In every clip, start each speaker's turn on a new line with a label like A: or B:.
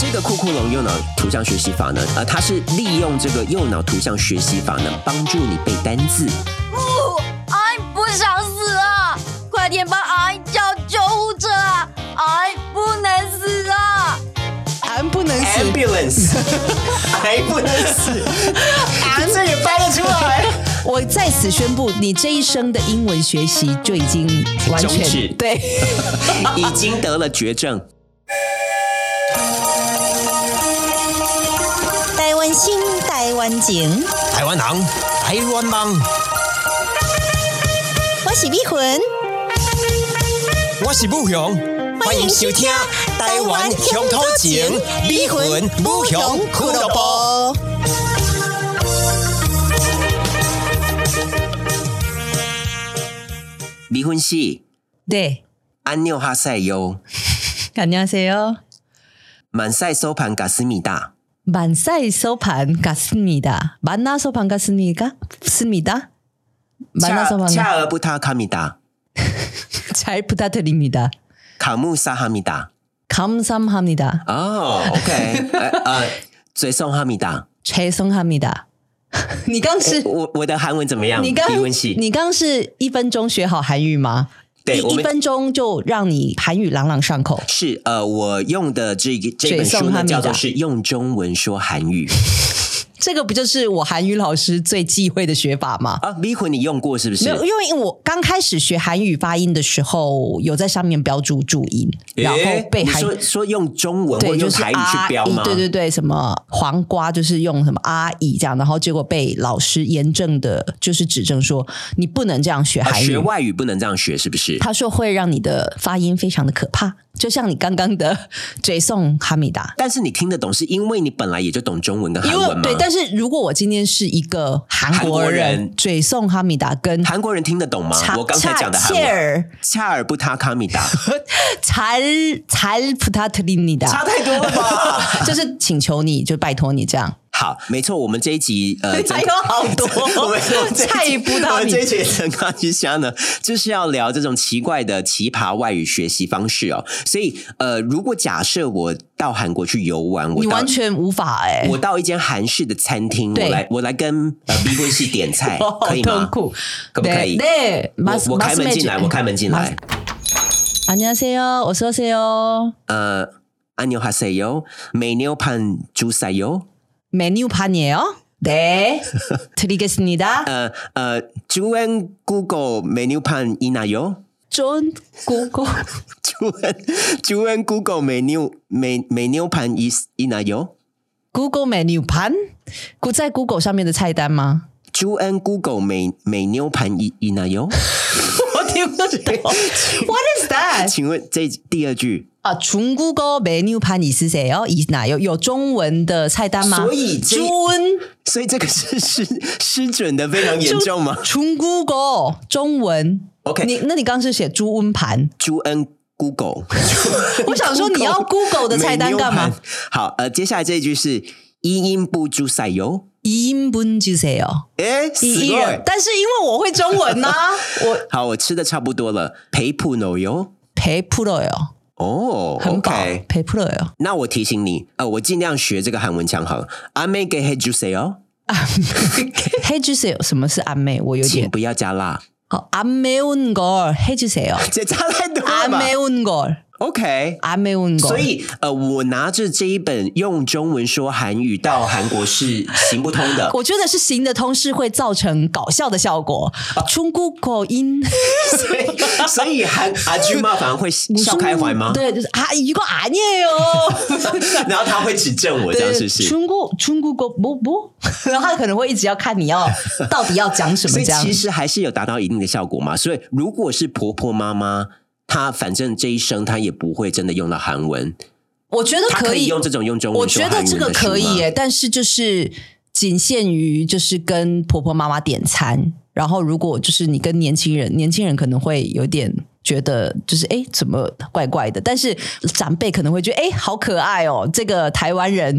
A: 这个酷酷龙右脑图像学习法呢，呃，它是利用这个右脑图像学习法呢，帮助你背单字。
B: 不，俺哦哎不想死啊！快点帮俺叫救护车啊！俺不能死啊！
C: 俺不能 死，
D: ambulance 还不能死，这也掰得出来。
C: 我在此宣布，你这一生的英文学习就已经完
A: 终止
C: 全对。
A: 已经得了绝症。
E: 台湾心，台湾情，
D: 台湾人，台湾梦，
E: 我是美魂，
D: 我是武雄，欢迎收听《台湾乡土情》，美魂武雄俱乐部。
A: 离婚戏
C: 对，
A: 安妞哈塞哟，
C: 안녕하세요，
A: 满赛收盘嘎斯米大，
C: 만사소판갔습니다만나소판갔습니까습니다만나소판
A: 恰而不他卡米达，
C: 잘부탁드립니다
A: 卡木萨哈米达。
C: 감사합니다
A: 哦，OK，呃呃，嘴送哈米达。
C: 죄송합니다你刚是
A: 我我的韩文怎么样？
C: 你刚
A: 离婚戏，
C: 你刚是一分钟学好韩语吗？
A: 对
C: 一
A: 我
C: 一
A: 们
C: 分钟就让你韩语朗朗上口。
A: 是呃，我用的这个这本
C: 嘴送
A: 书
C: 哈
A: 呢，
C: 米达
A: 叫做是用中文说韩 语
C: 这个不就是我韩语老师最忌讳的学法吗？
A: 啊。离婚你用过是不是
C: 没？有，因为我刚开始学韩语发音的时候，有在上面标注注音，
A: 诶
C: 然后被
A: 你
C: 韩
A: 说说用中文或者
C: 对，就
A: 用
C: 是
A: 台语
C: 阿
A: 去标
C: 姨
A: 吗？
C: 对对对，什么黄瓜就是用什么阿姨这样，然后结果被老师严正的，就是指正说你不能这样学
A: 啊，
C: 韩语。
A: 学外语不能这样学是不是？
C: 他说会让你的发音非常的可怕，就像你刚刚 的 j 颂哈米达。
A: 但是你听得懂，是因为你本来也就懂中文跟
C: 因
A: 韩
C: 为
A: 文嘛。
C: 对，但是如果我今天是一个韩
A: 韩
C: 国
A: 国
C: 人
A: 人，
C: 追颂哈米达跟
A: 韩国人听得懂吗
C: 查？
A: 我刚才讲的韩
C: 切
A: 文，
C: 尔
A: 恰尔布塔卡米 达，
C: 查查普塔特利尼
A: 差
C: 达，
A: 太多了吧？
C: 就是请求你，就拜托你这样。
A: 好，没错，我们这一集呃，
C: 还有好多
A: 我们我们这一集
C: 菜不
A: 我
C: 到
A: 们
C: 你
A: 这一集的陈康之虾呢，就是要聊这种奇怪的奇葩外语学习方式哦。所以呃，如果假设我到韩国去游玩，我
C: 你
A: 到
C: 完全无法哎、
A: 我到一间韩式的餐厅，
C: 对
A: 我来我来跟呃逼婚系点菜
C: 我， 好
A: 可以吗
C: 痛？苦，
A: 可不可以
C: 对，对
A: 我我开门进来，我开门进。来
C: 마스- 。 안녕하세요. 어서 오세요.
A: 어, 안녕하세요. 메뉴판 주세요.
C: 메뉴판이에요? 네. 드리겠습니다.
A: 어, 어, 중국어 메뉴판 있나요?
C: 존 고고.
A: 중- 중국어 메뉴 메, 메뉴판 있, 있나요?
C: 구글 메뉴판? 그在 Google 上面的菜单吗？
A: 중국어 메, 메뉴판 있, 있나요?
C: 我听不懂。What is that？
A: 请问这第二句，
C: 啊，중국어 메뉴판 있으세요? 있나 요有中文的菜单吗？
A: 所以这
C: 준
A: 所以这个是失-失准得非常严重吗？
C: 중국어中文
A: OK
C: 你那你刚刚是写猪温盘？
A: 중국어
C: 我想说你要 Google 的菜单干嘛？
A: 好，呃，接下来这一句是一音不주세요。
C: 2인분 주세요.
A: 哎，
C: 一
A: 死
C: 人
A: 鬼，
C: 但是因为我会中文呐、我
A: 好，我吃的差不多了，陪普诺哟。
C: 陪 프로요，
A: 哦、
C: 很
A: o
C: 饱
A: k
C: 陪 프로요。
A: 那我提醒你，呃，我尽量学这个韩文腔好了。阿妹给黑猪 say 哦，
C: 해주세요，什么是安妹？我有
A: 请
C: 点
A: 不要加辣，
C: 好，안매운걸해주세요。
A: 这差太多了
C: 안
A: 吧
C: 매운걸
A: ？OK。
C: 안매운걸。
A: 所以，呃，我拿着这一本用中文说韩语到韩国是行不通的
C: ，我觉得是行得通，是会造成搞笑的效果。
A: 啊
C: 中国口音，
A: 所以，所以韩阿菊妈反而会 笑开怀吗？
C: 对，就是啊，一个아니에 요。
A: 然后他会指正 我，这样是不是？
C: 中国中国国 不不，然后他可能会一直要看你要到底要讲什么
A: 所以
C: 这样
A: 其。实还是有达到一定的效果嘛。所以如果是婆婆妈妈，她反正这一生她也不会真的用到韩文，
C: 我觉得
A: 她可
C: 以
A: 以用这种用中文
C: 我
A: 说
C: 觉
A: 韩语的
C: 得这个可以
A: 书吗
C: 耶，但是就是仅限于就是跟婆婆妈妈点餐，然后如果就是你跟年轻人，年轻人可能会有点觉得就是哎怎么怪怪的，但是长辈可能会觉得哎好可爱哦，这个台湾人。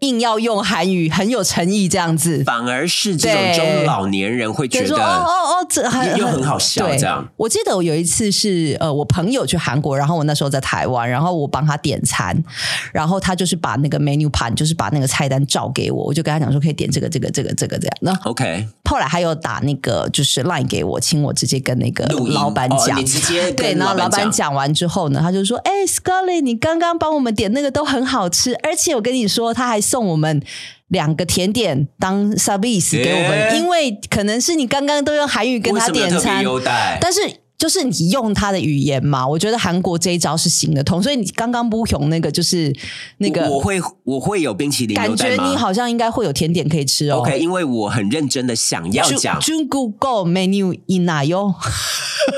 C: 硬要用韩语，很有诚意这样子。
A: 反而是这种
C: 对
A: 中老年人会觉
C: 就说哦
A: 得
C: 哦哦，这还
A: 又又很好笑
C: 对
A: 这样
C: 我记得我有一次是呃，我朋友去韩国，然后我那时候在台湾，然后我帮他点餐，然后他就是把那个 menu 盘，就是把那个菜单照给我，我就跟他讲说可以点这个这个这个这个这样。那
A: OK
C: 后来他又打那个就是 line 给我，请我直接跟那个
A: 录音
C: 老板讲。
A: 哦你直接跟
C: 对，然后老板
A: 板
C: 讲完之后呢，他就说：“哎、s c o l l y 你刚刚帮我们点那个都很好吃，而且我跟你说，他还送我们两个甜点当 service 给我们，
A: 诶
C: 因为可能是你刚刚都用韩语跟
A: 为
C: 他
A: 什么要
C: 点
A: 特别
C: 餐，
A: 优待，
C: 但是。”就是你用他的语言嘛，我觉得韩国这一招是行得通，所以你刚刚不用那个就是那个
A: 我我会我会有冰淇淋
C: 感
A: 优
C: 觉
A: 待
C: 你
A: 吗
C: 好像应该会有甜点可以吃哦。
A: ？OK，因为我很认真的想要讲
C: 중국어 menu 있나요？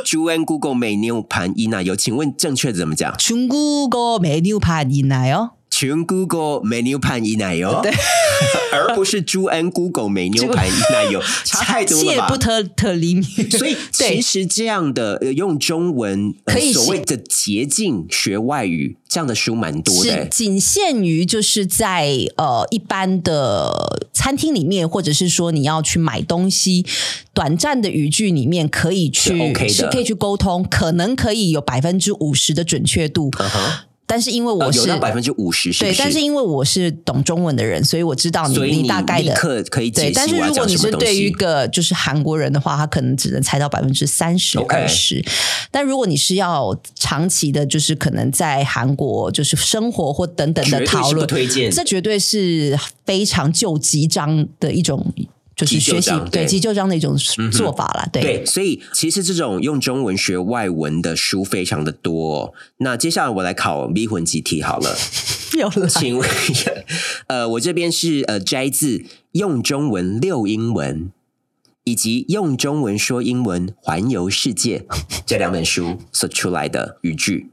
A: Juan Google 美妞盘一奶油，请问正确怎么讲？
C: 중국어 menu 판 있나요？
A: 全 Google 美妞盘一奶油，对， 而不是 Juan Google 美妞盘一奶油，差太多
C: 切
A: 了
C: 不
A: 吧？
C: 特特里米，
A: 所以其
C: 对
A: 实这样的呃用中文呃
C: 可以
A: 所
C: 写
A: 谓的捷径学外语，这样的书蛮多的、欸
C: 是仅限于就是在呃一般的餐厅里面，或者是说你要去买东西，短暂的语句里面可以去
A: 是 OK 的
C: 是可以去沟通，可能可以有百分之五十的准确度。
A: 嗯哼
C: 但是因为
A: 呃
C: 我
A: 有
C: 是、
A: 到百分之五十，是不
C: 对，但是因为我是懂中文的人，所以我知道你
A: 所以
C: 大概
A: 立
C: 的
A: 刻可以
C: 对，
A: 解
C: 但
A: 析
C: 是
A: 我要
C: 如果
A: 讲
C: 你
A: 什
C: 是
A: 么东
C: 对于一
A: 西。
C: 个就是韩国人的话，他可能只能猜到百分之三十、
A: OK
C: 二十。但如果你是要长期的，就是可能在韩国就是生活或等等
A: 绝
C: 的
A: 对
C: 讨
A: 是不
C: 论，
A: 推荐，
C: 这绝对是非常救急章的一种，就是
A: 急救
C: 学习
A: 章对嗯
C: 对急救章的一种做法啦。对，
A: 对，所以其实这种用中文学外文的书非常的多、哦。那接下来我来考迷魂集题好了，
C: 有 了。
A: 请问，呃，我这边是呃摘自用中文六英文。以及用中文说英文环游世 界这两本书所出来的语句，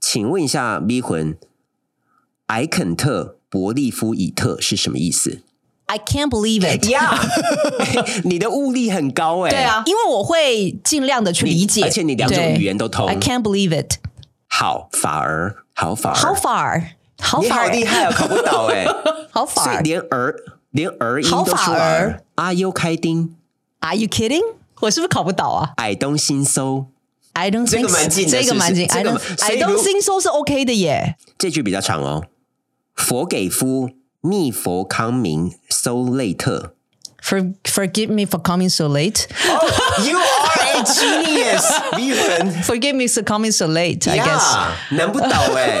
A: 请问一下迷魂，埃肯特伯利夫以特是什么意思？
C: I can't believe it。
A: 呀，你的悟力很高哎、
C: 哎对啊，因为我会尽量的去
A: 你
C: 理解，
A: 而且你两种
C: 对
A: 语言都通
C: I can't believe it。
A: 好，法儿，好法儿，
C: How far？How
A: 你好
C: far？
A: 厉害啊，考不倒哎、
C: How
A: 所以
C: far？
A: 连儿连儿音
C: 好
A: 都出
C: 法
A: 来
C: 儿
A: 了。阿优开丁，
C: Are you kidding？我是不是考不倒啊
A: 矮东新搜，
C: ？I don't think
A: 这个蛮近的
C: 这
A: 是不是
C: 个蛮近。
A: 这
C: I
A: 个
C: don't
A: 蛮所
C: I
A: 以如
C: don't think so 是 OK 的耶。
A: 这句比较长哦。佛给夫逆佛康明搜类特。
C: For forgive me for coming so late.
A: You are a genius，迷魂。
C: Forgive me for coming so late. I guess.
A: 呀，难不倒哎、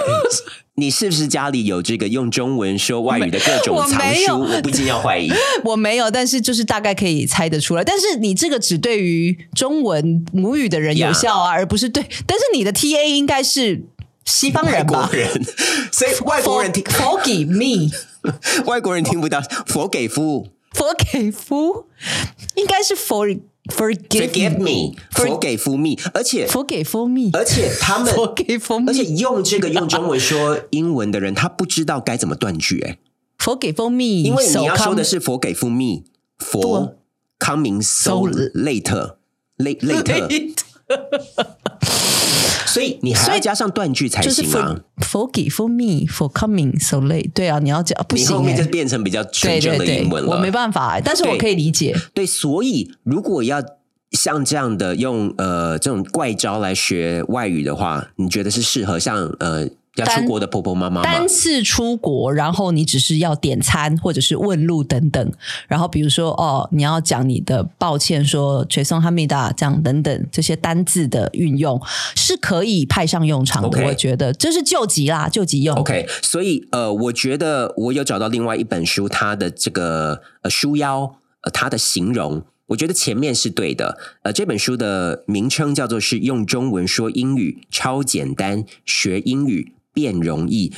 A: 你是不是家里有这个用中文说外语的各种
C: 我
A: 藏
C: 没有
A: 书？我不禁要怀疑。
C: 我没有，但是就是大概可以猜得出来。但是你这个只对于中文母语的人有
A: Yeah
C: 效啊而不是对。但是你的 TA 应该是西方
A: 外
C: 人
A: 国
C: 吧
A: 人，所以外国人听
C: For- Forgive me.
A: 外国人听不到佛给夫
C: Forgive you. 应该是 for
A: ，forgive
C: forgive
A: me，
C: For-
A: 佛给夫 me，而且
C: forgive for me.
A: 而且他们
C: Forgive for
A: 而且
C: me.
A: 用这个用中文说英文的人，他不知道该怎么断句哎、
C: Forgive for me.
A: 因为你
C: So
A: 要说
C: come-
A: 的是佛给夫 me，佛
C: 啊
A: coming so
C: So-
A: late late late，所以你还
C: 所
A: 要
C: 以
A: 加上断 句才
C: 就是
A: 行
C: for
A: 啊。
C: forgive for me for coming so late。对啊，你要讲不
A: 你
C: 行、
A: 后面就
C: 欸。
A: 变成比较纯
C: 对
A: 正的
C: 对对
A: 英文，了。
C: 我没办法、欸，但是我
A: 对
C: 可以理解。
A: 对，所以如果要像这样的用呃这种怪招来学外语的话，你觉得是适合像呃要出
C: 单
A: 国的婆婆妈妈吗
C: 单？次出国，然后你只是要点餐或者是问路等等，然后比如说哦，你要讲你的抱歉说“죄송합니다”这样等等这些单字的运用是可以派上用场的
A: OK
C: 我觉得这是救急啦，救急用。
A: OK，所以呃，我觉得我有找到另外一本书，它的这个呃书腰，呃它的形容，我觉得前面是对的。呃，这本书的名称叫做是用中文说英语超简单，学英语变容易。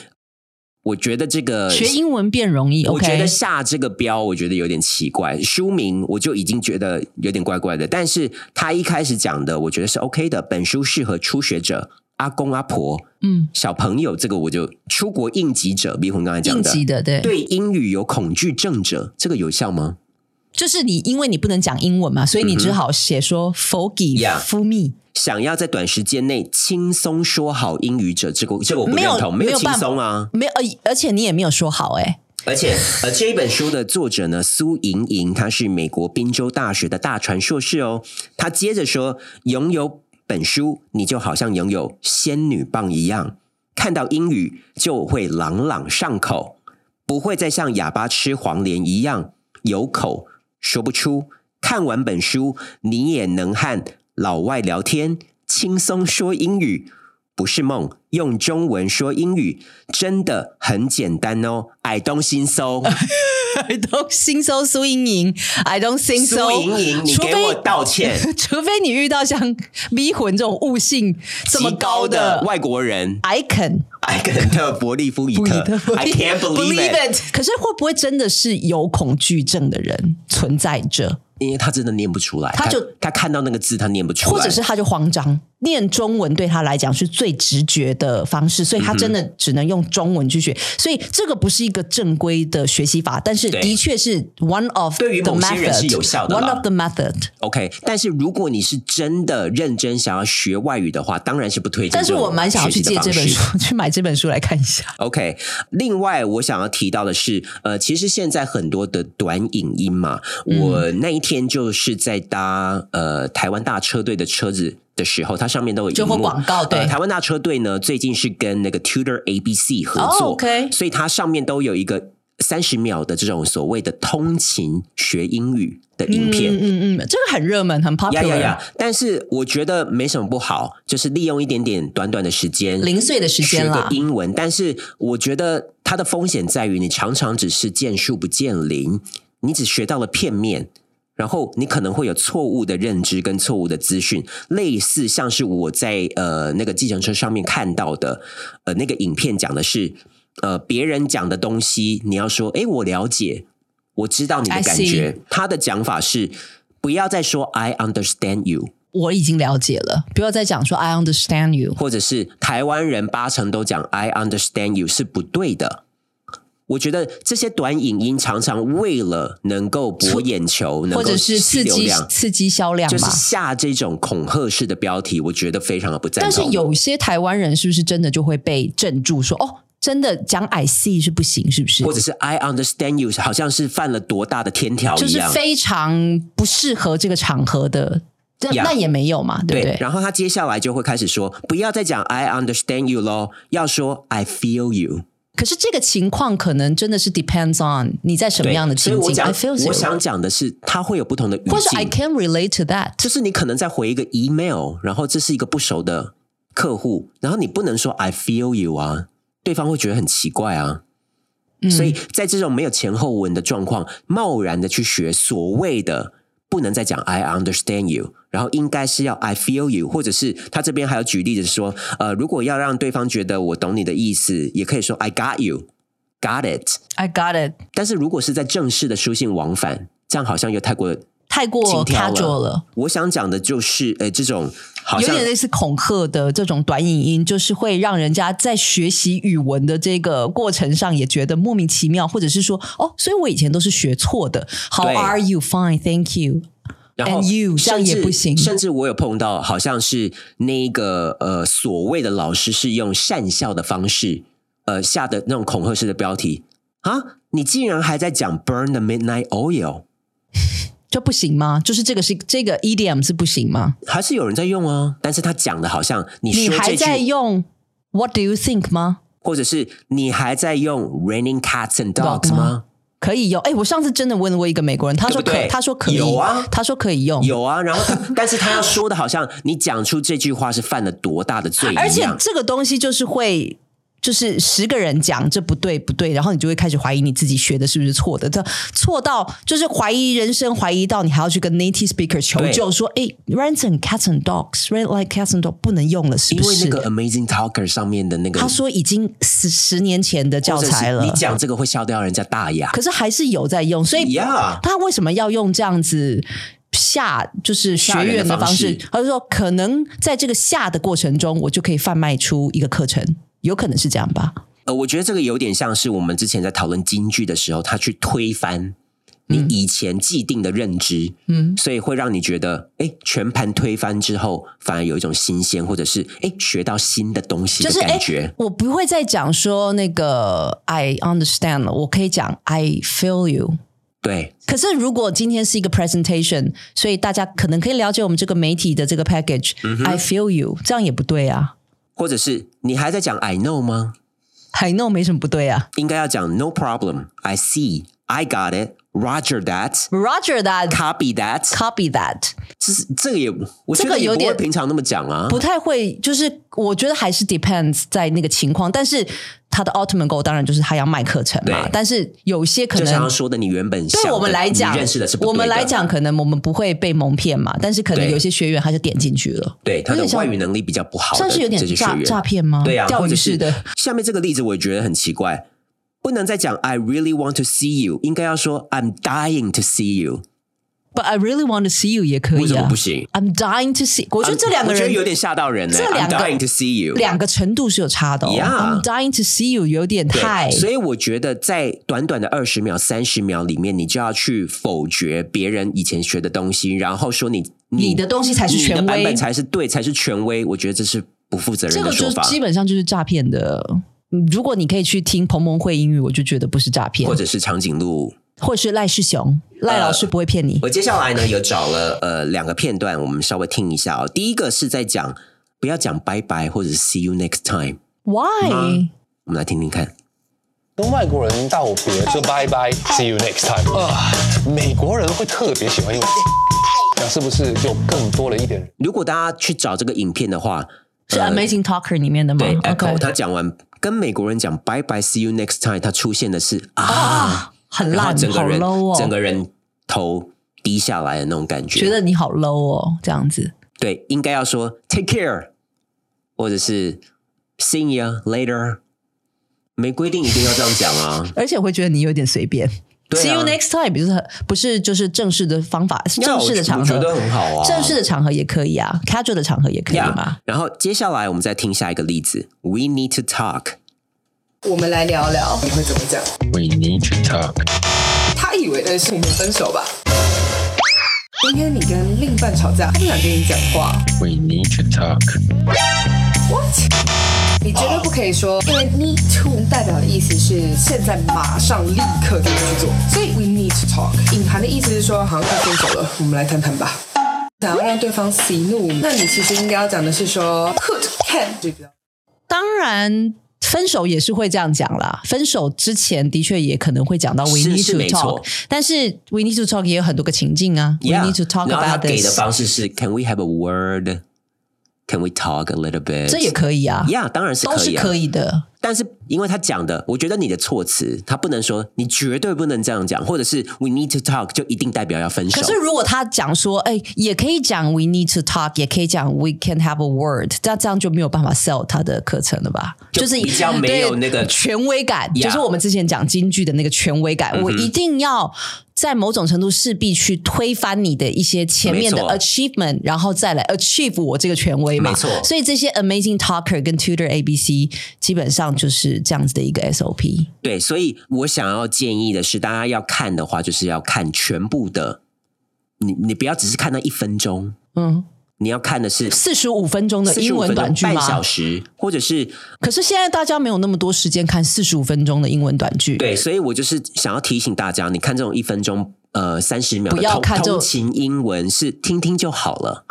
A: 我觉得这个
C: 学英文变容易。
A: 我觉
C: OK，
A: 得下这个标，我觉得有点奇怪。书名我就已经觉得有点怪怪的，但是他一开始讲的，我觉得是 OK 的。本书适合初学者、阿公阿婆、
C: 嗯，
A: 小朋友，这个我就出国应急者，迷魂刚才讲
C: 应
A: 的，
C: 急的对，
A: 对英语有恐惧症者，这个有效吗？
C: 就是你因为你不能讲英文嘛，所以你只好写说 “forgive
A: Yeah
C: for me”。
A: 想要在短时间内轻松说好英语者，这个这个我不
C: 没
A: 认
C: 有
A: 同，没
C: 没有
A: 轻
C: 办法
A: 松啊。
C: 没有，而而且你也没有说好哎、
A: 而且，呃，这一本书的作者呢，苏莹莹，她是美国宾州大学的大传硕士哦。她接着说，拥有本书，你就好像拥有仙女棒一样，看到英语就会朗朗上口，不会再像哑巴吃黄连一样有口说不出。看完本书，你也能和老外聊天，轻松说英语。不是梦，用中文说英语真的很简单哦。矮东新 搜，
C: I don't think so，苏莹莹，I don't think so。
A: 苏莹莹，你
C: 除
A: 给
C: 非
A: 我道歉。
C: 除非 你遇到像逼魂这种悟性这么
A: 极
C: 高
A: 高的
C: 的
A: 外国人
C: icon，
A: 艾肯特伯利夫伊
C: 不
A: 特
C: 特
A: ，I can't believe it，
C: it。可是会不会真的是有恐惧症的人存在着，
A: 因为他真的念不出来，
C: 他就
A: 他看到那个字他念不出来，
C: 或者是他就慌张？念中文对他来讲是最直觉的方式，所以他
A: 嗯
C: 真的只能用中文去学。所以这个不是一个正规的学习法，但是
A: 对
C: 的确是 one of
A: 对于
C: the
A: 某些人
C: method
A: 是有效的啦
C: one of the method。
A: OK。但是如果你是真的认真想要学外语的话，当然是不推荐。
C: 但是我蛮想要去借这本。书， 去买这本书来看一下。
A: OK，另外我想要提到的是，呃，其实现在很多的短影音嘛，
C: 嗯
A: 我那一天就是在搭呃台湾大车队的车子的时候，它上面都有
C: 就
A: 荧幕
C: 会广告对
A: 呃台湾大车队呢，最近是跟那个 Tutor ABC 合作、
C: 哦，OK
A: 所以它上面都有一个三十秒的这种所谓的通勤学英语的影片。
C: 嗯嗯嗯，这个很热门，很 popular。
A: 呀呀呀！但是我觉得没什么不好，就是利用一点点短短的时间，
C: 零碎的时间
A: 学
C: 啦
A: 个。英文，但是我觉得它的风险在于你常常只是见树不见林，你只学到了片面。然后你可能会有错误的认知跟错误的资讯，类似像是我在呃那个计程车上面看到的，呃那个影片讲的是，呃别人讲的东西，你要说，诶，我了解，我知道你的
C: I
A: 感
C: see
A: 觉。他的讲法是，不要再说 I understand you，
C: 我已经了解了，不要再讲说 I understand you。
A: 或者是台湾人八成都讲 I understand you 是不对的。我觉得这些短影音常常为了能够博眼球，能
C: 或
A: 够
C: 者是
A: 吸
C: 刺
A: 流
C: 激
A: 量，
C: 刺激销量
A: 就是
C: 嘛，
A: 下这种恐吓式的标题，我觉得非常的不赞
C: 但
A: 同。
C: 是有些台湾人是不是真的就会被镇住说哦，真的讲 I see 是不行，是不是
A: 或？者是 I understand you，好像是犯了多大的天条
C: 就
A: 一
C: 是
A: 样。
C: 非常不适合这个场合的，这
A: Yeah
C: 那也没有嘛，对不对？
A: 然后他接下来就会开始说，不要再讲 I understand you 咯，要说 I feel you。
C: 可是这个情况可能真的是 depends on 你在什么
A: 对
C: 样的
A: 所以
C: 情
A: 我
C: 境
A: 讲
C: ，I feel，you
A: 我想讲的是，他会有不同的语境，
C: 或是 I can relate to that。
A: 就是你可能在回一个 email，然后这是一个不熟的客户，然后你不能说 I feel you 啊，对方会觉得很奇怪啊。
C: 嗯
A: 所以在这种没有前后文的状况，贸然的去学所谓的不能再讲 I understand you，然后应该是要 I feel you，或者是他这边还有举例子说，呃，如果要让对方觉得我懂你的意思，也可以说 I got you，got it。
C: I got it，
A: 但是如果是在正式的书信往返，这样好像又太过
C: 太
A: 轻佻
C: 过 casual 了。
A: 我想讲的就是，呃，这种好
C: 有
A: 像
C: 点类似恐吓的这种短影音，就是会让人家在学习语文的这个过程上也觉得莫名其妙，或者是说，哦，所以我以前都是学错的。How
A: 对
C: are you? Fine, thank you.
A: 然后
C: and you，这样也
A: 甚至
C: 不行
A: 甚至我有碰到，好像是那个呃所谓的老师是用善笑的方式，呃下的那种恐吓式的标题啊，你竟然还在讲 burn the midnight oil，
C: 这不行吗？就是这个是这个 idiom 是不行吗？
A: 还是有人在用啊？但是他讲的好像你
C: 你
A: 说
C: 还
A: 这
C: 在
A: 句，
C: 用 What do you think 吗？
A: 或者是你还在用 raining cats and
C: Dog
A: dogs
C: 吗
A: 吗？
C: 可以用。哎，我上次真的问过一个美国人，他
A: 对
C: 说
A: 不
C: 可，
A: 对
C: 他说可以，
A: 有啊
C: 他说可以用，
A: 有啊，然后他但是他要说的好像你讲出这句话是犯了多大的罪一样，
C: 而且这个东西就是会。就是十个人讲这不对不对，然后你就会开始怀疑你自己学的是不是错的，这错到就是怀疑人生，怀疑到你还要去跟 native speaker 求
A: 对
C: 救，说哎 r a n s o m cats and dogs，red light cats and dogs 不能用了，是
A: 因
C: 不
A: 为
C: 是？
A: 那个 Amazing Talker 上面的那个
C: 他说已经十十年前的教材
A: 或者是
C: 了
A: 你，讲这个会笑掉人家大牙。
C: 可是还是有在用，所以
A: Yeah
C: 他为什么要用这样子下就是学员的方
A: 吓
C: 式
A: 人的方式？
C: 他就说，可能在这个下的过程中，我就可以贩卖出一个课程，有可能是这样吧？
A: 呃，我觉得这个有点像是我们之前在讨论京剧的时候，他去推翻你以前既定的认知，
C: 嗯
A: 所以会让你觉得，哎，全盘推翻之后，反而有一种新鲜，或者是哎学到新的东西
C: 就
A: 的
C: 是
A: 感
C: 哎、
A: 觉。
C: 我不会再讲说那个 I understand 了，我可以讲 I feel you。
A: 对，
C: 可是，如果今天是一个 presentation，所以大家可能可以了解我们这个媒体的这个 package、I
A: 嗯
C: feel you，这样也不对啊。
A: 或者是你还在讲 I know 吗？
C: I know 没什么不对啊。
A: 应该要讲 No problem, I see, I got it, Roger that,
C: Roger that,
A: copy that。
C: copy that，
A: 这是这个也，我觉
C: 这个
A: 得也
C: 有
A: 不会
C: 点
A: 平常那么讲啊。
C: 不太会，就是我觉得还是 depends 在那个情况，但是他的 ultimate goal 当然就是他要卖课程嘛
A: 对，
C: 但是有些可
A: 就像要
C: 能。
A: 说的，你原本想
C: 对
A: 的
C: 我们来讲
A: 你认识的是，不对的
C: 我们来，讲，可能我们不会被蒙骗嘛，但是可能
A: 对
C: 有些学员他就点进去了，
A: 对他的
C: 有点像
A: 外语能力比较不好的，
C: 算是有点
A: 这些学
C: 诈
A: 员
C: 诈骗吗？
A: 对啊，
C: 钓
A: 或
C: 鱼
A: 者
C: 式
A: 是
C: 的。
A: 下面这个例子我也觉得很奇怪，不能再讲 I really want to see you，应该要说 I'm dying to see you，
C: But I really want to see you 也可
A: 为
C: 以
A: 什么
C: 啊
A: 不行？
C: ，I'm dying to see。我
A: 我
C: 觉得这两个
A: 我觉
C: 人
A: 得有点吓到人呢。
C: 这两个
A: I'm dying to see you，
C: 两个程度是有差的哦。
A: Yeah
C: I'm dying to see you 有点
A: 对
C: 太，
A: 所以我觉得在短短的二十秒、三十秒里面，你就要去否决别人以前学的东西，然后说你
C: 你的东西才是权威
A: 你的版本才是对，才是权威。我觉得这是不负责
C: 这
A: 任
C: 个
A: 的
C: 就
A: 说法，
C: 基本上就是诈骗的。嗯如果你可以去听彭蒙会英语，我就觉得不是诈骗，
A: 或者是长颈鹿。
C: 或者是赖世雄，赖老师不会骗你。
A: 我接下来呢，有找了呃两个片段，我们稍微听一下哦。第一个是在讲不要讲拜拜或者是 see you next time，
C: Why？
A: 我们来听听看。
F: 跟外国人道别就拜拜，see you next time 啊、美国人会特别喜欢用，那是不是就更多了一点
A: 如果大家去找这个影片的话，
C: 是 Amazing Talker 里面的吗
A: 呃对、Echo，
C: 嗯？OK，
A: 他讲完跟美国人讲拜拜，see you next time，他出现的是啊，
C: 啊，很
A: 然后
C: 烂，
A: 整个
C: 好
A: 人、
C: low 哦，
A: 整个人头低下来的那种感觉。
C: 觉得你好 low 哦，这样子。
A: 对，应该要说 take care，或者是 see you later，没规定一定要这样讲啊。
C: 而且我会觉得你有点随便。
A: 对啊
C: See you next time，不是很不是就是正式的方法，是正式的场合，
A: 我觉得很好啊
C: 正式的场合也可以啊，casual 的场合也可以嘛。
A: 然后接下来我们再听下一个例子，We need to talk。
G: 我们来聊聊，你会怎么讲？
F: ？We need to talk。
G: 他以为的是我们分手吧？今天你跟另一半吵架，他不想跟你讲话
F: We need to talk。
G: ，what？你绝对不可以说，因为 need to 代表的意思是现在马上立刻就去做，所以 we need to talk 隐含的意思是说，好像快分手了，我们来谈谈吧。想要让对方息怒，那你其实应该要讲的是说 could can 就比较
C: 当然，分手也是会这样讲啦。分手之前的确也可能会讲到 we
A: 是
C: need
A: 是
C: to
A: 没错
C: talk，但是 we need to talk 也有很多个情境啊。We
A: Yeah，
C: need to talk
A: 然后他
C: about
A: 给的
C: this，
A: 方式是 Can we have a word? Can we talk a little bit?
C: 这也可以啊，
A: 呀当然是
C: 都
A: 可
C: 是
A: 以啊。
C: 可以的。
A: 但是因为他讲的，我觉得你的措辞，他不能说你绝对不能这样讲，或者是 We need to talk 就一定代表要分手
C: 可。是如果他讲说，哎、也可以讲 we need to talk，也可以讲 we can have a word，这样这样就没有办法 sell 他的课程了吧？
A: 就是比较没有
C: 对
A: 那个
C: 权威感
A: Yeah 嗯
C: 就是我们之前讲京剧的那个权威感，我一定要。在某种程度，势必去推翻你的一些前面的
A: 没错
C: achievement，然后再来 achieve 我这个权威嘛。
A: 没错
C: 所以这些 amazing talker 跟 tutor ABC 基本上就是这样子的一个 SOP。
A: 对，所以我想要建议的是，大家要看的话，就是要看全部的。你你不要只是看那一分钟，
C: 嗯，
A: 你要看的是
C: 四十五分钟的英
A: 45
C: 文
A: 分钟
C: 短剧吗？
A: 半小时，或者是
C: 可是现在大家没有那么多时间看四十五分钟的英文短剧，
A: 对，所以我就是想要提醒大家，你看这种一分钟呃三十秒的
C: 不要
A: 通
C: 看这
A: 通
C: 种
A: 勤英文，是听听就好了，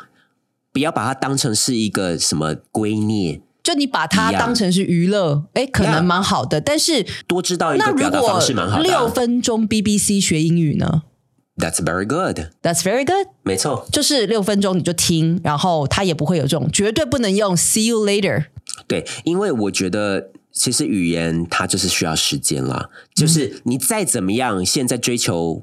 A: 不要把它当成是一个什么圭臬，
C: 就你把它
A: 一样
C: 当成是娱乐，哎，可
A: Yeah
C: 能蛮好的。但是
A: 多知道一
C: 那
A: 个表
C: 如
A: 达
C: 果
A: 方式蛮好的啊、
C: 六分钟 BBC 学英语呢
A: That's very good，
C: ？That's very good。
A: 没错，
C: 就是六分钟你就听，然后它也不会有这种，绝对不能用 “see you later”。
A: 对，因为我觉得。其实语言它就是需要时间啦，就是你再怎么样，现在追求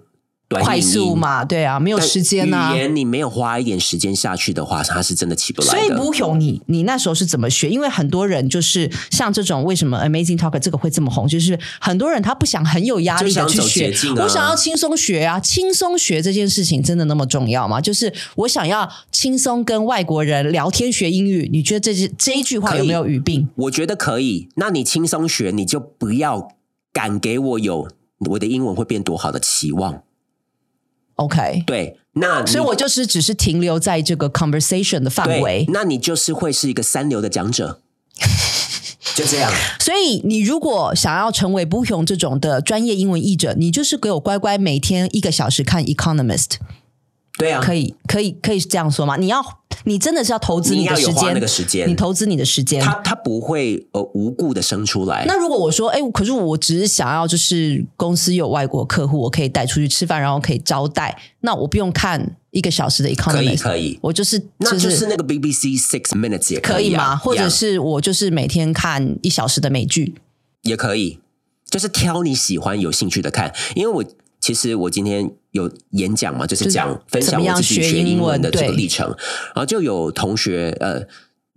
A: 短语
C: 嗯快
A: 音
C: 速，嘛，对啊，没有
A: 但
C: 时间呐、
A: 语言你没有花一点时间下去的话，它是真的起不来
C: 所
A: 的。
C: 以吴勇，你你那时候是怎么学？因为很多人就是像这种，为什么 Amazing Talker 这个会这么红？就是很多人他不想很有压力的去学，
A: 就想走捷径啊
C: 我想要轻松学啊，轻松学这件事情真的那么重要吗？就是我想要轻松跟外国人聊天学英语，你觉得这句这一句话有没有语病？
A: 我觉得可以。那你轻松学，你就不要敢给我有我的英文会变多好的期望。
C: OK，
A: 对，那你
C: 所以我就是只是停留在这个 conversation 的范
A: 对
C: 围，。
A: 那你就是会是一个三流的讲 者，就这样。
C: 所以你如果想要成为不雄这种的专业英文译者，你就是给我乖乖每天一个小时看 Economist，
A: 对啊，
C: 可以可以可以这样说吗？你要你真的是要投资
A: 你
C: 的
A: 要有
C: 时
A: 花
C: 间，
A: 那个时间
C: 你投资你的时间。
A: 他他不会呃无故的生出来。
C: 那如果我说，哎、可是我只是想要，就是公司有外国客户，我可以带出去吃饭，然后可以招待，那我不用看一个小时的
A: 可以
C: Economist，
A: 可以，
C: 我就是
A: 那
C: 就
A: 就是那个 BBC Six Minutes 也
C: 可以
A: 啊
C: 吗？或者
A: Yeah，
C: 是我就是每天看一小时的美剧？
A: 也可以，就是挑你喜欢、有兴趣的看。因为我其实我今天有演讲嘛，就是
C: 是
A: 讲分
C: 怎
A: 享
C: 么
A: 我
C: 样
A: 自己
C: 学
A: 学
C: 英
A: 英文
C: 文
A: 的这个
C: 对
A: 历程，然后就有同学呃。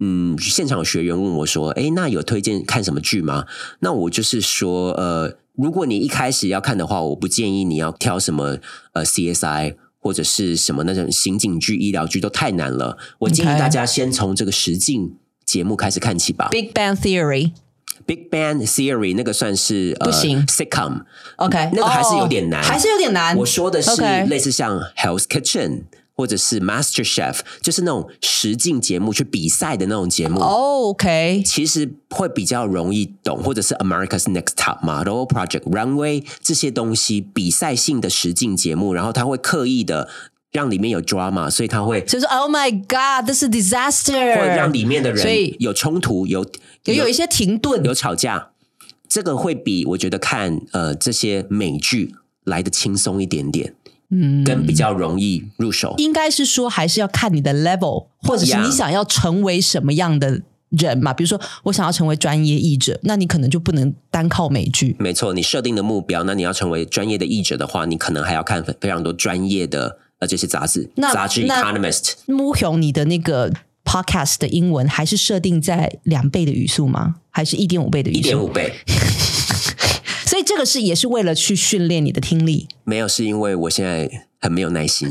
A: 嗯，现场有学员问我说：“诶，那有推荐看什么剧吗？”那我就是说，呃，如果你一开始要看的话，我不建议你要挑什么呃 CSI 或者是什么那种刑警剧、医疗剧都太难了。我建议
C: OK
A: 大家先从这个实境节目开始看起吧。
C: 《Big Bang Theory
A: Big Bang Theory 那个算是呃
C: 不行
A: sitcom，》
C: ，OK，
A: 那个还是有点难
C: 哦还是有点难。
A: 我说的是
C: OK
A: 类似像 Hell's Kitchen 或者是 Master Chef，就是那种实境节目去比赛的那种节目。
C: 哦 OK，
A: 其实会比较容易懂，或者是 America's Next Top Model、Project Runway 这些东西比赛性的实境节目，然后他会刻意的让里面有 drama，所以他会
C: 就是 Oh my God，this is disaster，
A: 会让里面的
C: 所
A: 人
C: 以
A: 有冲突，有
C: 也有一些停顿。
A: 有吵架，这个会比我觉得看呃这些美剧来的轻松一点点，嗯，跟比较容易入手。
C: 应该是说还是要看你的 level，或者是
A: Yeah
C: 你想要成为什么样的人嘛。比如说，我想要成为专业译者，那你可能就不能单靠美剧。
A: 没错，你设定的目标，那你要成为专业的译者的话，你可能还要看非常多专业的呃这些杂志，
C: 那
A: 杂志《
C: 那
A: Economist》
C: 穆雄，你的那个 podcast 的英文还是设定在两倍的语速吗？还是一点五倍的
A: 一
C: 语
A: 点
C: 速？
A: 五倍。
C: 所以这个是也是为了去训练你的听力。
A: 没有，是因为我现在很没有 耐心。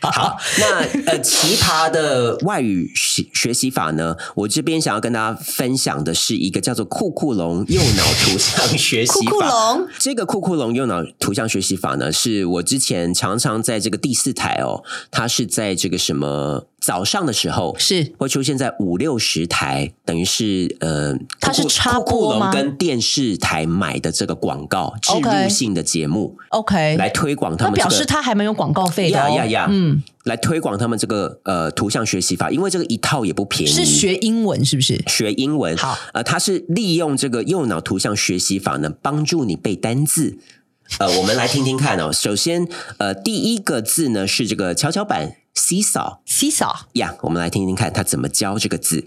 A: 好，那呃，奇葩的外语学学习法呢？我这边想要跟大家分享的是一个叫做酷酷龙右脑图像学习 法。
E: 酷酷龙
A: 这个酷酷龙右脑图像学习法呢，是我之前常常在这个第四台哦，它是在这个什么早上的时候
C: 是
A: 会出现在五六十台，等于是呃，
C: 它是
A: 酷酷
C: 插播
A: 酷酷龙
C: 吗
A: 跟电视台买的这个广告植
C: OK
A: 入性的节目
C: OK，
A: 来推广他
C: 那
A: 们、这个。
C: 表示他还蛮有广告费的
A: 呀
C: 哦。
A: 呀呀，
C: 嗯，
A: 来推广他们这个呃图像学习法，因为这个一套也不便宜。
C: 是学英文是不是？
A: 学英文，
C: 好，
A: 呃，它是利用这个右脑图像学习法呢，帮助你背单字。呃，我们来听听看哦。 首先，呃，第一个字呢是这个跷跷板 seesaw
C: 西嫂
A: 呀，我们来听听看它怎么教这个字。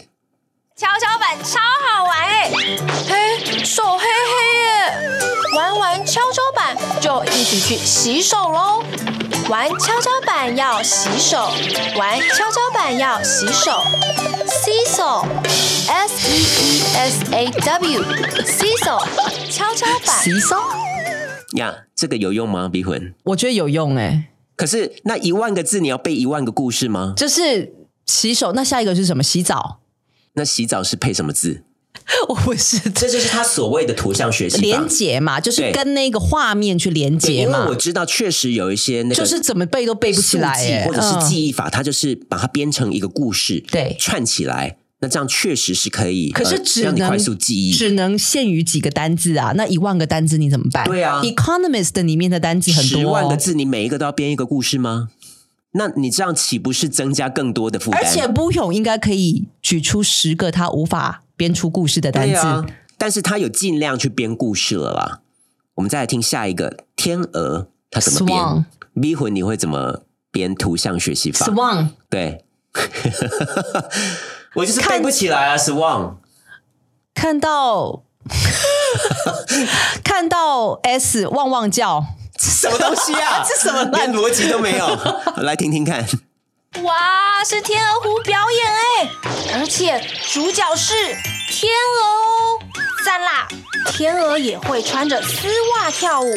B: 跷跷板超好玩哎、嘿，手黑黑耶！玩完跷跷板就一起去洗手喽。玩跷跷板要洗手，玩跷跷板要洗手。洗手，S E E S A W，洗手，跷跷板。
C: 西嫂，
A: 呀，这个有用吗？逼魂？
C: 我觉得有用哎、
A: 可是那一万个字，你要背一万个故事吗？
C: 就是洗手。那下一个是什么？洗澡？
A: 那洗澡是配什么字？
C: 我不是
A: 这就是他所谓的图像学习法
C: 连结嘛，就是
A: 对
C: 跟那个画面去连
A: 对
C: 接
A: 因为
C: 嘛
A: 我。知道确实有一些那个
C: 就是怎么背都背不起来、
A: 速记
C: 欸，
A: 或者是
C: 嗯
A: 记忆法，它就是把它编成一个故事，
C: 对
A: 串起来。那这样确实是可以，
C: 可是
A: 呃
C: 只
A: 让你
C: 能
A: 快速记忆。
C: 只能限于几个单字啊，那一万个单字你怎么办？
A: 对啊
C: ，Economist 里面的单字很多、哦，
A: 十万个，字，你每一个都要编一个故事吗？那你这样岂不是增加更多的负担？
C: 而且布勇应该可以举出十个他无法编出故事的单
A: 对
C: 字。
A: 啊，但是他有尽量去编故事了啦。我们再来听下一个天鹅，它怎么
C: Swan
A: 编？迷魂你会怎么编图像学习法？
C: Swan
A: 对， 我就是背不起来啊，Swan。
C: 看到看到 S 旺旺叫，
A: 什么东西啊？ 这什么连逻辑都没有？来听听看，
B: 哇，是天鹅湖表演哎，而且主角是天鹅哦，赞啦！天鹅也会穿着丝袜跳舞，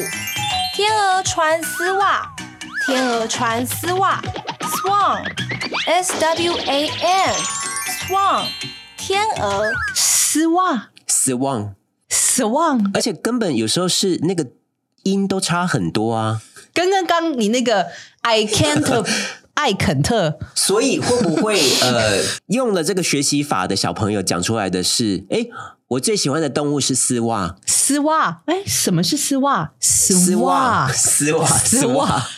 B: 天鹅穿丝袜，天鹅穿丝袜，swan s w a n swan 天鹅。
C: 丝袜
A: 失望，
C: Swan，
A: 而且根本有时候是那个音都差很多啊。
C: 跟刚刚你那个 I can't 艾肯特
A: 所以会不 会呃，用了这个学习法的小朋友讲出来的是，哎，我最喜欢的动物是丝袜，
C: 丝袜，哎，什么是丝袜？
A: 丝
C: 丝
A: 袜，丝袜，
C: 丝
A: 丝袜
C: 袜，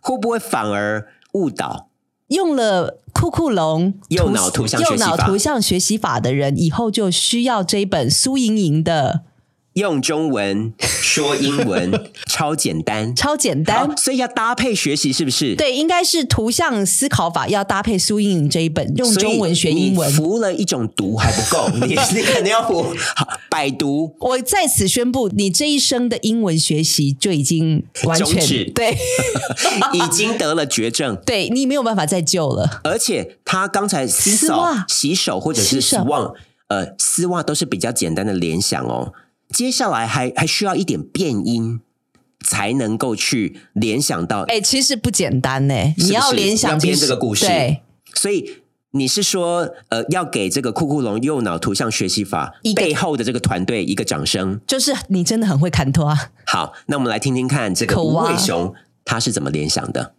A: 会不会反而误导？
C: 用了酷酷龙
A: 右
C: 图
A: 脑图像学
C: 右
A: 习法
C: 脑图像学习法的人，以后就需要这一本苏莹莹的
A: 用中文说英 文，超简单，
C: 超简单
A: 好。所以要搭配学习，是不是？。
C: 对，应该是图像思考法要搭配苏莹莹这一本，用中文学英文。
A: 服了一种毒还不够，你你肯定要 服好百毒。
C: 我在此宣布，你这一生的英文学习就已经完
A: 终止
C: 全对
A: 已经得了绝 症，
C: 对，你没有办法再救了。
A: 而且他刚才洗
C: 丝
A: 手
C: 袜、
A: 洗手或者是
C: 洗手
A: swan，呃，丝袜都是比较简单的联想哦。接下来还还需要一点变音，才能够去联想到。
C: 哎、其实不简单呢、
A: 是不是
C: 你要联想
A: 要编
C: 其实
A: 这个故事
C: 对，
A: 所以你是说，呃，要给这个酷酷龙右脑图像学习法
C: 一个
A: 背后的这个团队一个掌声。
C: 就是你真的很会看图啊。
A: 好，那我们来听听看这个
C: 可
A: 无
C: 哇
A: 尾熊他是怎么联想的。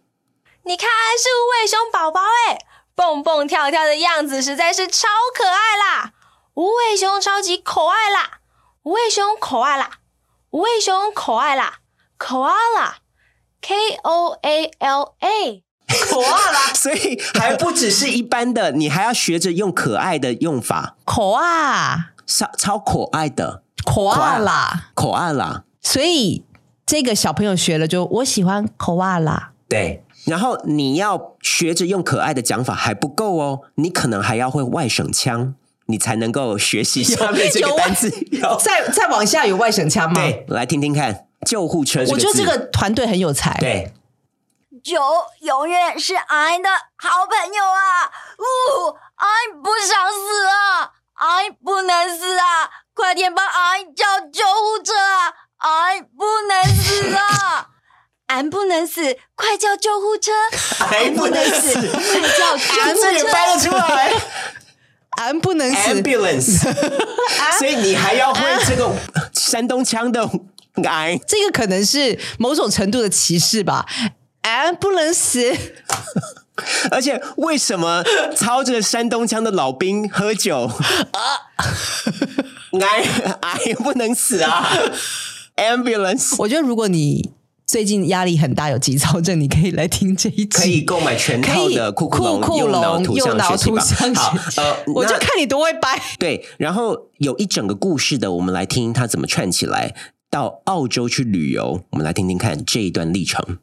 B: 你看，是无尾熊宝宝哎，蹦蹦跳跳的样子实在是超可爱啦！无尾熊超级可爱啦！无尾熊可爱啦！无尾熊可爱啦！可爱啦！K O A L A，可
C: 啊
B: 爱啦！
A: 所以还不只是一般的，你还要学着用可爱的用法，
C: 可啊，
A: 超超可爱的，
C: 可啊啦，
A: 可爱啦，
C: 所以这个小朋友学了就我喜欢可啊啦，
A: 对。然后你要学着用可爱的讲法还不够哦，你可能还要会外省腔，你才能够学习下面这
C: 有啊
A: 个
C: 外
A: 单词。 有
C: 再再往下有外省腔吗
A: 对，来听听看，救护车。
C: 我觉得
A: 字
C: 这个团队很有才。
A: 对，
H: 酒永远是俺的好朋友啊！呜，俺不想死啊，俺不能死啊！快点帮俺叫救护车啊！俺不能死啊！俺不能死，快叫救护车！
A: 还哎不能死，
H: 快叫救护车！
A: 掰 得出来
C: 俺不能死，
A: 哎 ambulance，所以你还要会这个山东腔的哎癌。
C: 这个可能是某种程度的歧视吧。俺不能死，
A: 而且为什么操着山东腔的老兵喝酒？癌癌不能死啊！Ambulance
C: 我觉得如果你最近压力很大，有急躁症，你可以来听这一集。
A: 可以购买全套的酷酷龙
C: 酷
A: 右脑
C: 龙
A: 图
C: 右
A: 像
C: 脑
A: 学习
C: 图
A: 法。
C: 像
A: 好
C: 学，
A: 呃，
C: 我就
A: 那
C: 看你多会掰。
A: 对，然后有一整个故事的，我们来听他怎么串起来。到澳洲去旅游，我们来听听看这一段历程。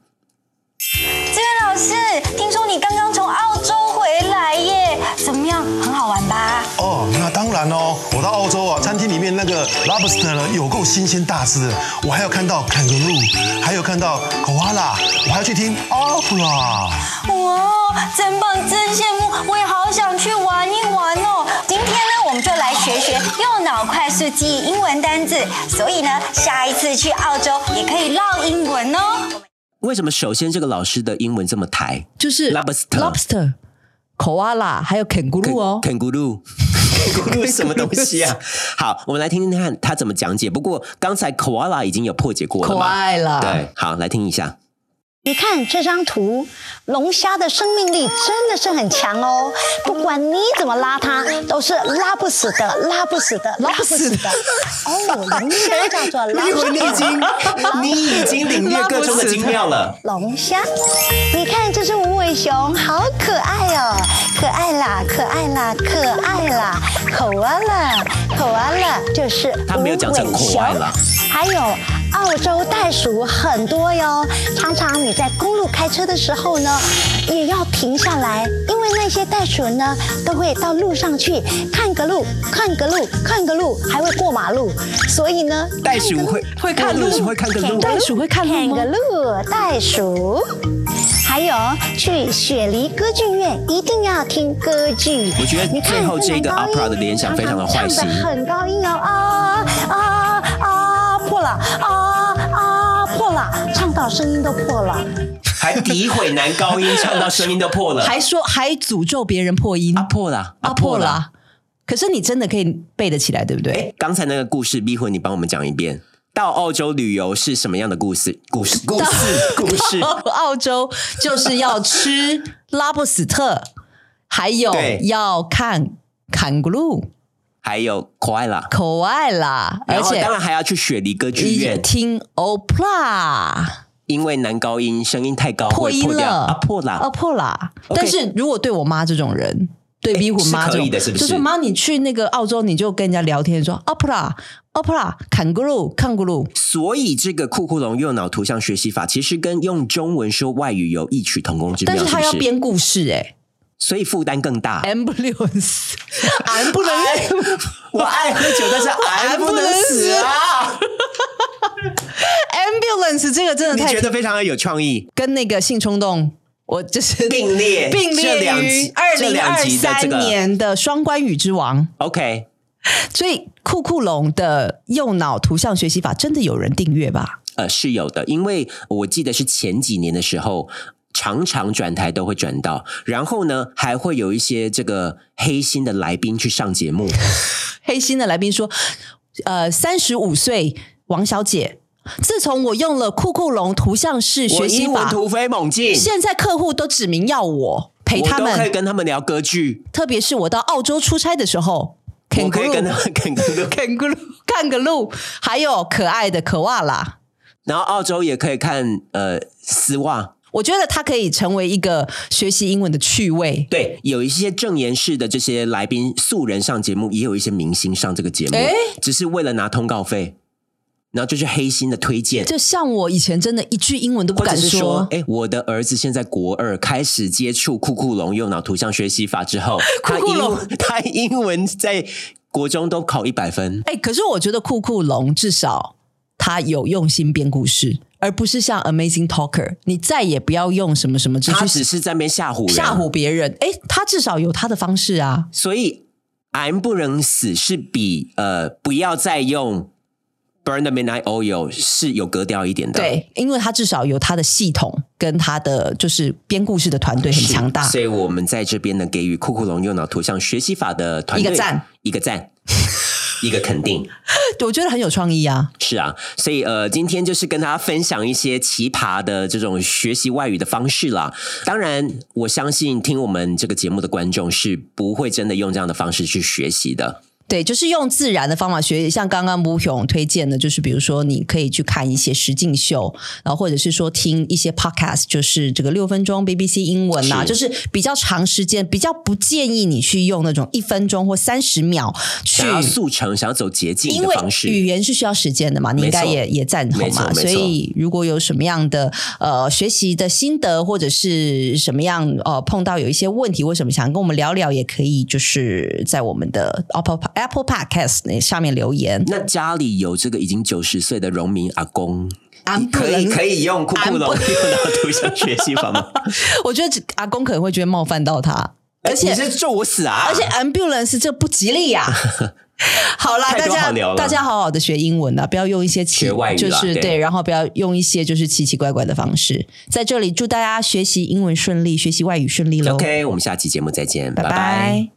H: 志远老师，听说你刚刚从澳洲回来耶，怎么样？很好玩吧？
I: 哦，那当然哦，我到澳洲啊，餐厅里面那个 lobster 呢有够新鲜大只的，我还有看到 kangaroo，还有看到 koala，我还要去听 opera。
H: 哇，哦真棒，真羡慕！我也好想去玩一玩哦。今天呢，我们就来学学右脑快速记忆英文单字，所以呢，下一次去澳洲也可以唠英文哦。
A: 为什么首先这个老师的英文这么抬？
C: 就是
A: Lobster
C: lobster、koala 还有 kangaroo 哦。
A: 肯咕噜， 肯咕噜是什么东西 啊？好，我们来听听看他怎么讲解。不过刚才 koala 已经有破解过了嘛？
C: koala
A: 对，好，来听一下。
J: 你看这张图，龙虾的生命力真的是很强哦。不管你怎么拉它，都是拉不死的，拉不死的，拉 不死的。哦，龙虾叫做拉
A: 一会你已经 你已经领略个中的精妙了。
J: 龙虾。你看这只无尾熊，好可爱哦，可爱啦，可爱啦，可爱啦，口啊啦，口啊啦，就是
A: 它没有讲成
J: 无尾熊
A: 可爱啦
J: 还有澳洲袋鼠很多哟，常常你在公路开车的时候呢，也要停下来，因为那些袋鼠呢都会到路上去看个路，看个路，看个路，还会过马路，所以呢，
A: 袋鼠会
C: 会看路
A: 会看个路，
C: 袋鼠会看路吗
J: 看个路，袋鼠。还有去雪梨歌剧院一定要听歌剧。
A: 我觉得
J: 你看
A: 最后这个
J: 这么高音
A: opera 的联想非常的坏心
J: 唱得很高音哦啊啊啊破了啊啊破了，唱到声音都破了。
A: 还诋毁男高 音，唱到声音都破了，
C: 还说还诅咒别人破音
A: 啊破了，
C: 啊破了啊。可是你真的可以背得起来，对不对？
A: 哎，刚才那个故事，逼婚，你帮我们讲一遍。到澳洲旅游是什么样的故事？故事，故事， 故事。
C: 哦澳洲就是要吃拉布 斯特，还有
A: 对
C: 要看坎咕噜、
A: 还有 Koala，
C: 口爱啦，而
A: 然后
C: 且
A: 当然还要去雪梨歌剧
C: 一
A: 院，
C: 听 opera
A: 因为男高音声音太高
C: 破
A: 会
C: 音
A: 破掉
C: 了
A: 啊，破啦！
C: 啊破啦。
A: OK
C: 但是如果对我妈这种人，对逼我妈
A: 是
C: 这
A: 可以
C: 种，
A: 的是不
C: 就是是妈你去那个澳洲，你就跟人家聊天说啊 opera opera 坎咕噜坎咕噜，
A: 所以这个酷酷龙右脑图像学习法其实跟用中文说外语有异曲同工之妙，
C: 但是他
A: 不
C: 要编哎故事哎、
A: 所以负担更大。
C: ambulance，俺啊不 能
A: 哎我爱喝酒， 但是俺不能死啊！
C: ambulance 这个真的
A: 你
C: 太
A: 觉得非常的有创意，
C: 跟那个性冲动，我就是
A: 并列
C: 并
A: 这
C: 列
A: 两
C: 于
A: 集
C: 二
A: 这
C: 零
A: 两
C: 二
A: 集的这
C: 三
A: 个
C: 年的双关语之王。
A: OK，
C: 所以酷酷龙的右脑图像学习法真的有人订阅吧？
A: 呃，是有的，因为呃我记得是前几年的时候，常常转台都会转到，然后呢，还会有一些这个黑心的来宾去上节目，
C: 黑心的来宾说，呃，三十五岁王小姐，自从我用了酷酷龙图像式 学
A: 我
C: 习
A: 英文
C: 法，
A: 突飞猛进，
C: 现在客户都指名要我陪他
A: 我都可以
C: 们，
A: 跟他们聊歌剧，
C: 特别是我到澳洲出差的时候，
A: 我可以
C: kangaroo
A: 跟他们 跟跟，
C: 看个路，看个路，还有可爱的可袜啦。
A: 然后澳洲也可以看呃丝袜。
C: 我觉得它可以成为一个学习英文的趣味。
A: 对，有一些正言式的这些来宾素人上节目，也有一些明星上这个节目
C: 诶，
A: 只是为了拿通告费，然后就是黑心的推荐，
C: 就像我以前真的一句英文都不
A: 或者
C: 敢
A: 是说
C: 说，，
A: 哎，我的儿子现在国二，开始接触酷酷龙右脑图像学习法之后， 他
C: 酷
A: 英
C: 龙
A: 文 他英文在国中都考一百分，
C: 哎、可是我觉得酷酷龙至少它有用心编故事，而不是像 Amazing Talker，你再也不要用什么什么只
A: 他
C: 去
A: 只是在那边吓唬人
C: 吓唬别人。哎、他至少有他的方式啊。
A: 所以俺不能死是比呃不要再用 burn the midnight oil 是有格调一点的，
C: 对，因为他至少有他的系统跟他的就是编故事的团队很
A: 是，
C: 强大。
A: 所以我们在这边呢给予酷酷龙右脑图像学习法的团队
C: 一个赞，
A: 一个赞， 一个肯定。
C: 我觉得很有创意啊。
A: 是啊，所以呃，今天就是跟大家分享一些奇葩的这种学习外语的方式啦。当然，我相信听我们这个节目的观众是不会真的用这样的方式去学习的。
C: 对，就是用自然的方法学，像刚刚吴勇推荐的，就是比如说你可以去看一些实境秀，然后或者是说听一些 podcast，就是这个六分钟 BBC 英文呐、
A: 是
C: 就是比较长时间，比较不建议你去用那种一分钟或三十秒去
A: 想。要速成，想要走捷径
C: 因
A: 的
C: 为
A: 方式，
C: 语言是需要时间的嘛，你应该也也赞同嘛
A: 没。错
C: 所
A: 没错
C: 以如果有什么样的呃学习的心得，或者是什么样呃碰到有一些问题，为什么想跟我们聊聊，也可以就是在我们的 Apple Apple Podcast 那下面留言。
A: 那家里有这个已经九十岁的农民阿公，
C: 俺不
A: 可以
C: 能
A: 可以用酷酷龙右脑图像学习法吗？
C: 我觉得阿公可能会觉得冒犯到他， 而且、
A: 你是咒我死啊！
C: 而且 ambulance 这不吉利 呀、好啦，
A: 太
C: 大
A: 多好聊
C: 家
A: 了
C: 大家好好的学英文啦，啊不要用一些奇
A: 学外语啦
C: 就是
A: 对
C: 对，然后不要用一些就是奇奇怪怪的方式。在这里祝大家学习英文顺利，学习外语顺利喽
A: OK，我们下期节目再见，
C: 拜拜